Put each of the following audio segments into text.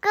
哥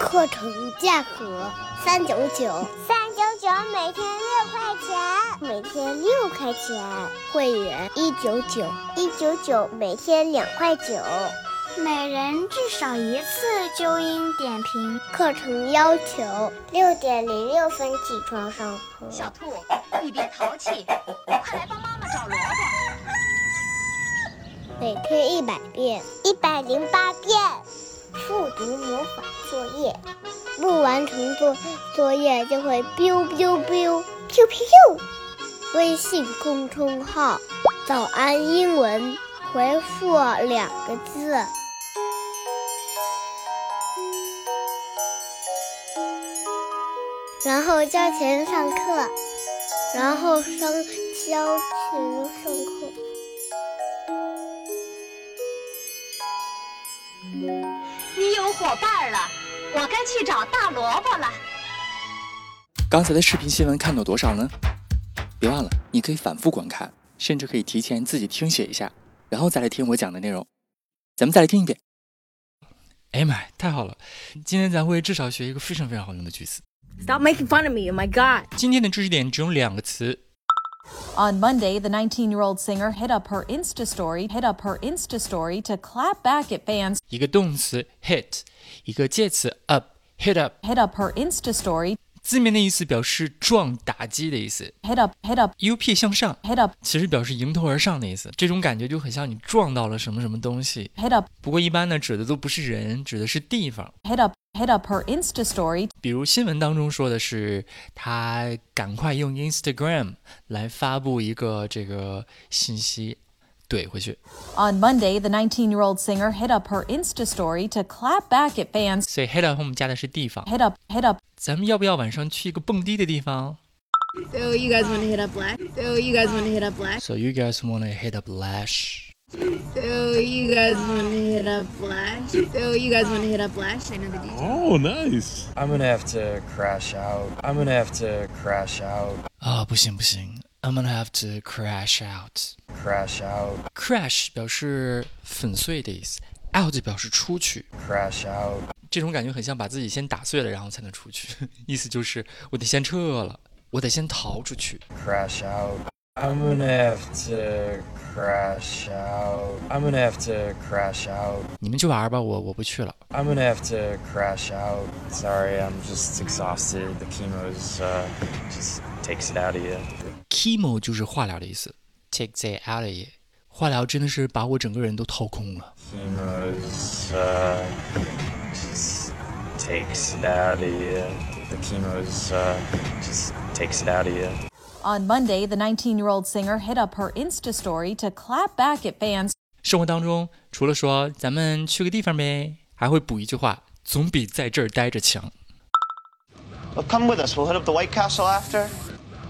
课程价格三九九，三九九》，每天六块钱。每天六块钱。会员一九九，一九九，每天两块九。每人至少一次纠音点评。课程要求六点零六分起床上课。小兔，你别淘气，快来帮妈妈找萝卜。每天一百遍，一百零八遍。复读魔法作业，不完成作作业就会 biu biu biu Q Q Q。微信公众号“早安英文”，回复两个字。然后交钱上课，然后上交钱上课。你有伙伴了，我该去找大萝卜了。刚才的视频新闻看到多少呢？别忘了，你可以反复观看，甚至可以提前自己听写一下，然后再来听我讲的内容。咱们再来听一遍。哎呀妈，呀，太好了！今天咱会至少学一个非常非常好用的句子。 Stop making fun of me, oh my god. 今天的知识点只有两个词， On Monday, the 19-year-old singer hit up her Insta story, hit up her Insta story to clap back at fans, 一个动词 hit，一个介词 up，hit up。 hit up her Insta story, 字面的意思表示撞、打击的意思 hit up, hit up, ，up 向上， hit up, 其实表示迎头而上的意思。这种感觉就很像你撞到了什么什么东西。 hit up, 不过一般呢，指的都不是人，指的是地方。 hit up, hit up her Insta story, 比如新闻当中说的是，他赶快用 Instagram 来发布一个这个信息，怼回去。 On Monday, the 19 year old singer hit up her Insta story to clap back at fans. 所以 head up 和我们加的是地方。 Hit up, hit up, 咱们要不要晚上去一个蹦迪的地方 So you guys want to hit up Lash? So you guys want to hit up Lash? ？So you guys wanna hit up Lash？ So you guys want to hit up Lash? So you guys want to hit up Lash? I know the DJ. Oh, nice. I'm gonna have to crash out. I'm gonna have to crash out. 啊、不行不行，I'm gonna have to crash out。 Crash out. Crash 表示粉碎的意思，out 表示出去。 Crash out. 这种感觉很像把自己先打碎了，然后才能出去。 意思就是我得先撤了，我得先逃出去。 Crash out. I'm gonna have to crash out. I'm gonna have to crash out. 你们去玩吧，我我不去了。 I'm gonna have to crash out. Sorry, I'm just exhausted. The chemo's uh, just takes it out of you. Chemo 就是化疗的意思，take the out of it。化疗真的是把我整个人都掏空了。 Chemo's uh, just takes it out of you. The chemo's uh, just takes it out of you. On Monday, the 19 year old singer hit up her Insta story to clap back at fans. 生活当中，除了说咱们去个地方呗，还会补一句话，总比在这儿待着强。 Well, come with us. We'll hit up the White Castle after.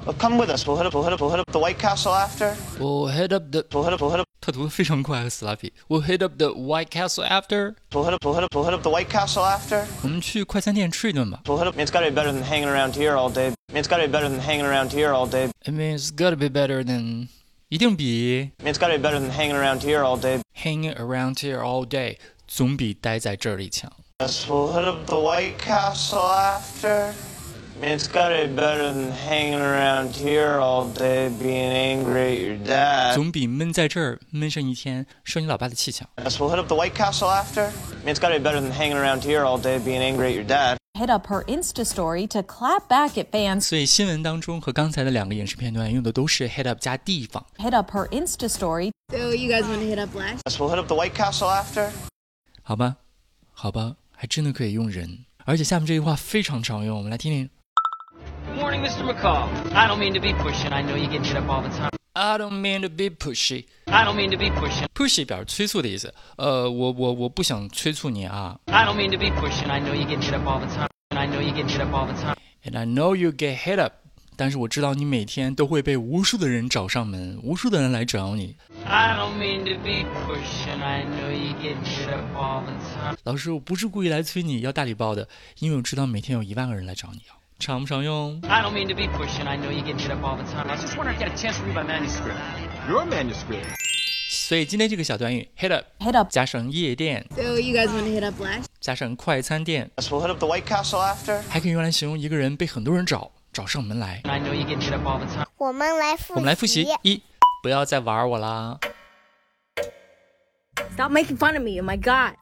Well, come with us. We'll hit up. We'll hit up. We'll hit up the White Castle after. 我 head up the， We'll hit up. We'll hit up. 他读的非常快，和 Slappy。我 head up the White Castle after。 We'll hit up. We'll hit up. We'll hit up the White Castle after. 我们去快餐店吃一顿吧。 We'll hit up. I mean, it's got to be better than hanging around here all day. I mean, it's got to be better than hanging around here all day. I mean, I mean it's gotta be better than，一定比 it's got to be better than hanging around here all day. hanging around here all day 总比待在这里强。 Yes, we'll hit up the White Castle after. I mean, it's got to be better than hanging around here all day, being angry at your dad. 总比闷在这儿闷上一天，说你老爸的气强。 Yes, we'll hit up the White Castle after. I mean, it's got to be better than hanging around here all day, being angry at your dad. hit up her Insta story to clap back at fans. 所以新闻当中和刚才的两个演示片段用的都是 head up 加地方。 Hit up her Insta story. So you guys want to hit up Lash? Yes, we'll hit up the White Castle after. 好吧，好吧，还真的可以用人。而且下面这句话非常常用，我们来听听。 Good morning, Mr. McCall. I don't mean to be pushing. I know you get shit up all the time. I don't mean to be pushy. I don't mean to be pushing. Pushy 表示催促的意思。呃，我我我不想催促你啊。 I don't mean to be pushing. I know you get shit up all the time. I know you get shit up all the time. And I know you get hit up，但是我知道你每天都会被无数的人找上门，无数的人来找你。 I don't mean to be pushing. I know you get shit up all the time. 老师，我不是故意来催你要大礼包的，因为我知道每天有一万个人来找你要，哦常不常用？ I don't mean to be pushing. I know you get shit up all the time. I was just wondering if you had a chance to read my manuscript. Your manuscript. 所以今天这个小短语 hit up hit up 加上夜店， So you guys want to hit up Lash? 加上快餐店， Yes, we'll hit up the White Castle after. 还可以用来形容一个人被很多人找，找上门来。 I know you get shit up all the time. 我们来复我们来复习：一，不要再玩我啦； Stop making fun of me, oh my god.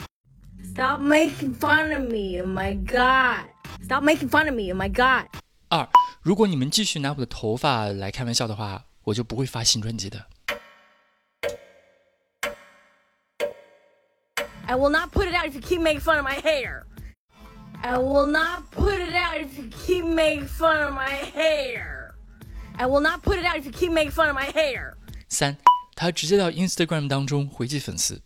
Stop making fun of me, oh my god. Stop making fun of me, oh my god. 二，如果你们继续拿我的头发来开玩笑的话，我就不会发新专辑的； I will not put it out if you keep making fun of my hair. I will not put it out if you keep making fun of my hair. I will not put it out if you keep making fun of my hair. 三，他直接到 Instagram 当中回击粉丝。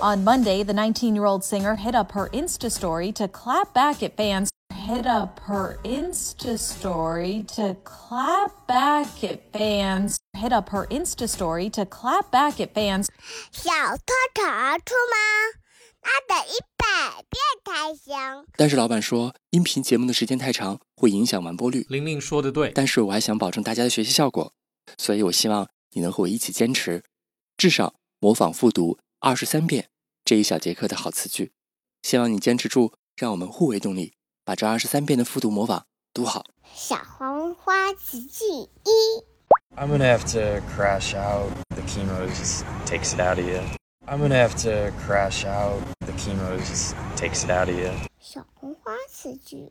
On Monday, the 19 year old singer hit up her Insta story to clap back at fans. Hit up her Insta story to clap back at fans. Hit up her Insta story to clap back at fans. 小偷逃出吗？那得一百遍才行。但是老板说，音频节目的时间太长，会影响完播率。玲玲说的对，但是我还想保证大家的学习效果，所以我希望你能和我一起坚持，至少模仿复读二十三遍这一小节课的好词句。希望你坚持住，让我们互为动力，把这二十三遍的复读模仿读好。小黄花词句一， I'm gonna have to crash out. The chemo just takes it out of you. I'm gonna have to crash out. The chemo just takes it out of you. 小红花词句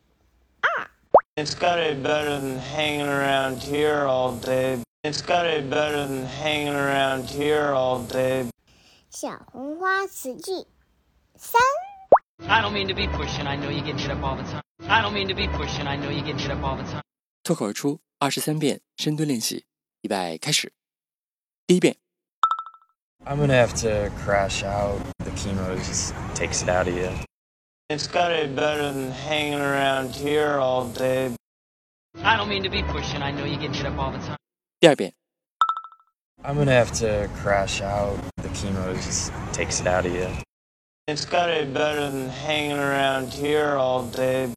It's gotta be better than hanging around here all day. It's gotta be better than hanging around here all day. 小红花词句三， I don't mean to be pushing. I know you get shit up all the time. I don't mean to be pushing. I know you get shit up all the time. 脱口而出二十三遍深蹲练习，预备开始。第一遍 I'm gonna have to crash out. The chemo just takes it out of you. It's gotta be better than hanging around here all day. I don't mean to be pushing. I know you get shit up all the time. 第二遍 I'm gonna have to crash out. The chemo just takes it out of you. It's gotta be better than hanging around here all day.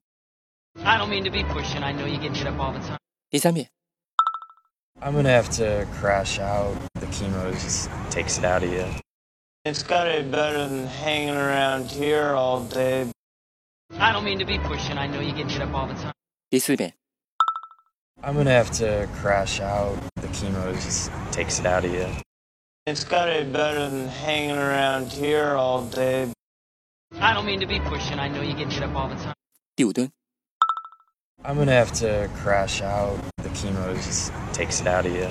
I don't mean to be pushing. I know you get shit up all the time. 第三遍 I'm gonna have to crash out. The chemo just takes it out of you. It's gotta be better than hanging around here all day. I don't mean to be pushing. I know you get shit up all the time. 第四遍 I'm gonna have to crash out. The chemo just takes it out of you. It's gotta be better than hanging around here all day. I don't mean to be pushing. I know you get shit up all the time. 第五蹲 I'm gonna have to crash out. The chemo just takes it out of you.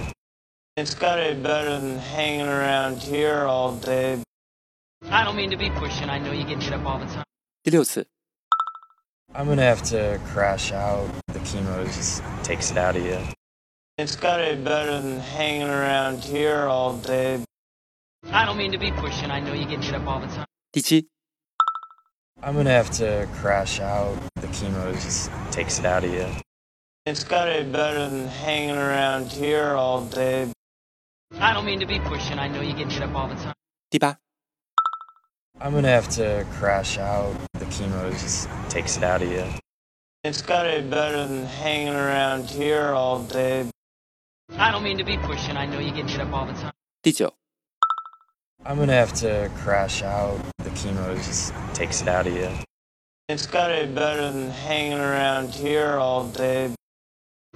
It's gotta be better than hanging around here all day. I don't mean to be pushing. I know you get shit up all the time. 第六次 I'm gonna have to crash out. The chemo just takes it out of you. It's gotta be better than hanging around here all day. I don't mean to be pushing. I know you get shit up all the time. 第七 I'm gonna have to crash out. The chemo just takes it out of you. It's gotta be better than hanging around here all day. I don't mean to be pushing. I know you get shit up all the time. 第八 I'm gonna have to crash out. The chemo just takes it out of you. It's gotta be better than hanging around here all day. I don't mean to be pushing. I know you get shit up all the time. 第九 I'm gonna have to crash out. The chemo just takes it out of you. It's gotta be better than hanging around here all day.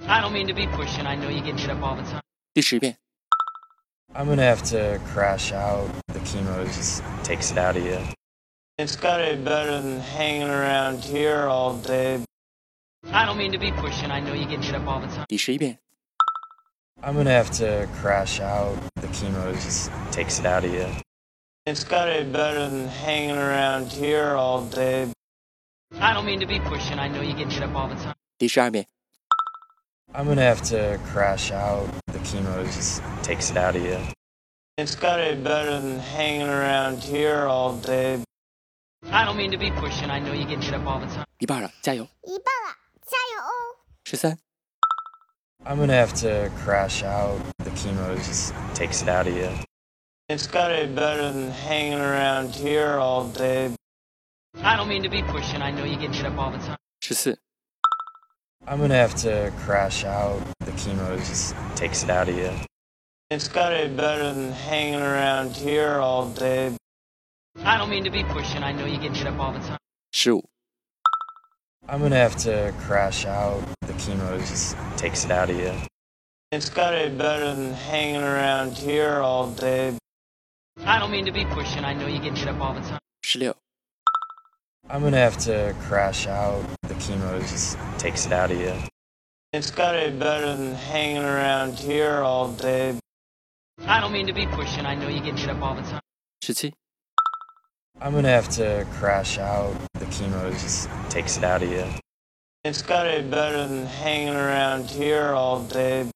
I don't mean to be pushing. I know you get shit up all the time. 第十遍 I'm gonna have to crash out. The chemo just takes it out of you. It's gotta be better than hanging around here all day. I don't mean to be pushing. I know you get shit up all the time. 第十一遍， I'm gonna have to crash out. The chemo just takes it out of you. It's gotta be better than hanging around here all day. I don't mean to be pushing. I know you get shit up all the time. 第十二遍， I'm gonna have to crash out. The chemo just takes it out of you. It's gotta be better than hanging around here all day. I don't mean to be pushing. I know you get shit up all the time. 一半了，加油！一半了，加油哦！十三、 I'm gonna have to crash out. The chemo just takes it out of you. It's gotta be better than hanging around here all day. I don't mean to be pushing. I know you get shit up all the time. 十四、 I'm gonna have to crash out. The chemo just takes it out of you. It's gotta be better than hanging around here all day. I don't mean to be pushing. I know you get shit up all the time. 十五、 I'm gonna have to crash out. The chemo just takes it out of you. It's gotta be better than hanging around here all day. I don't mean to be pushing. I know you get shit up all the time. 十六、 I'm gonna have to crash out. The chemo just takes it out of you. It's gotta be better than hanging around here all day. I don't mean to be pushing. I know you get shit up all the time. 十七、 I'm gonna have to crash out. The chemo just takes it out of you. It's gotta be better than hanging around here all day.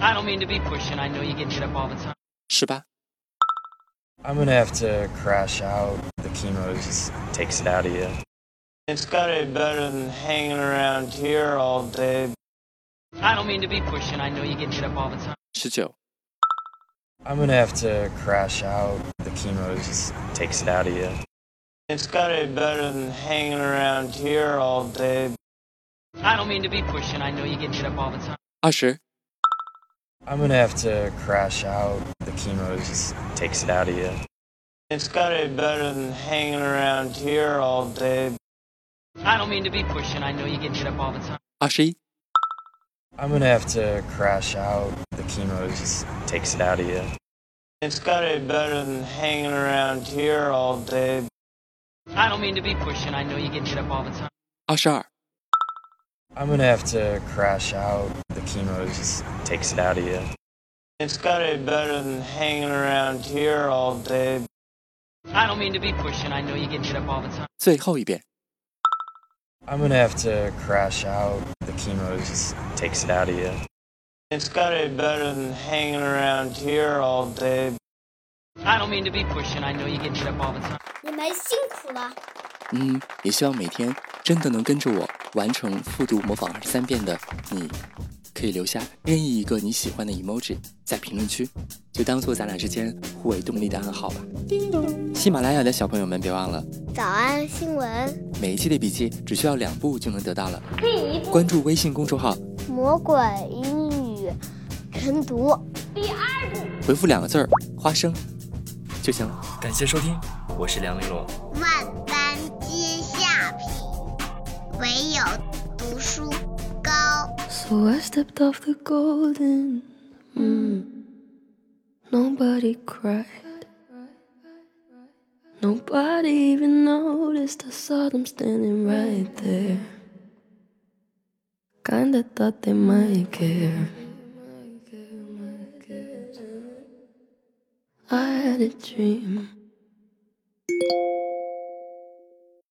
I don't mean to be pushing. I know you get shit up all the time. 十八、 I'm gonna have to crash out. The chemo just takes it out of you. It's gotta be better than hanging around here all day. I don't mean to be pushing. I know you get shit up all the time. 十九、 I'm gonna have to crash out. The chemo just takes it out of you. It's gotta be better than hanging around here all day. I don't mean to be pushing. I know you get shit up all the time. 二十、 I'm gonna have to crash out. The chemo just takes it out of you. It's gotta be better than hanging around here all day. I don't mean to be pushing. I know you get shit up all the time. 二十一、 I'm gonna have to crash out. The chemo just takes it out of you. It's gotta be better than hanging around here all day. I don't mean to be pushing. I know you get shit up all the time. 二十二、 I'm gonna have to crash out. The chemo just takes it out of you. It's gotta be better than hanging around here all day. I don't mean to be pushing. I know you get shit up all the time. 最后一遍， I'm gonna have to crash out. The chemo just takes it out of you. It's gotta be better than hanging around here all day. I don't mean to be pushing. I know you get shit up all the time. 你们辛苦了，嗯，也希望每天真的能跟着我完成复读模仿二十三遍的你，可以留下任意一个你喜欢的 emoji 在评论区，就当做咱俩之间互为动力的暗号吧。叮咚，喜马拉雅的小朋友们，别忘了早安新闻，每一期的笔记只需要两步就能得到了。可以关注微信公众号，魔鬼英语晨读。回复两个字儿“花生”就行了。感谢收听，我是梁丽罗。万般皆下品，唯有读书高。 So I stepped off the golden. Mm. Nobody cried. Nobody even noticed. I saw them standing right there. Kinda thought they might care. I had a dream.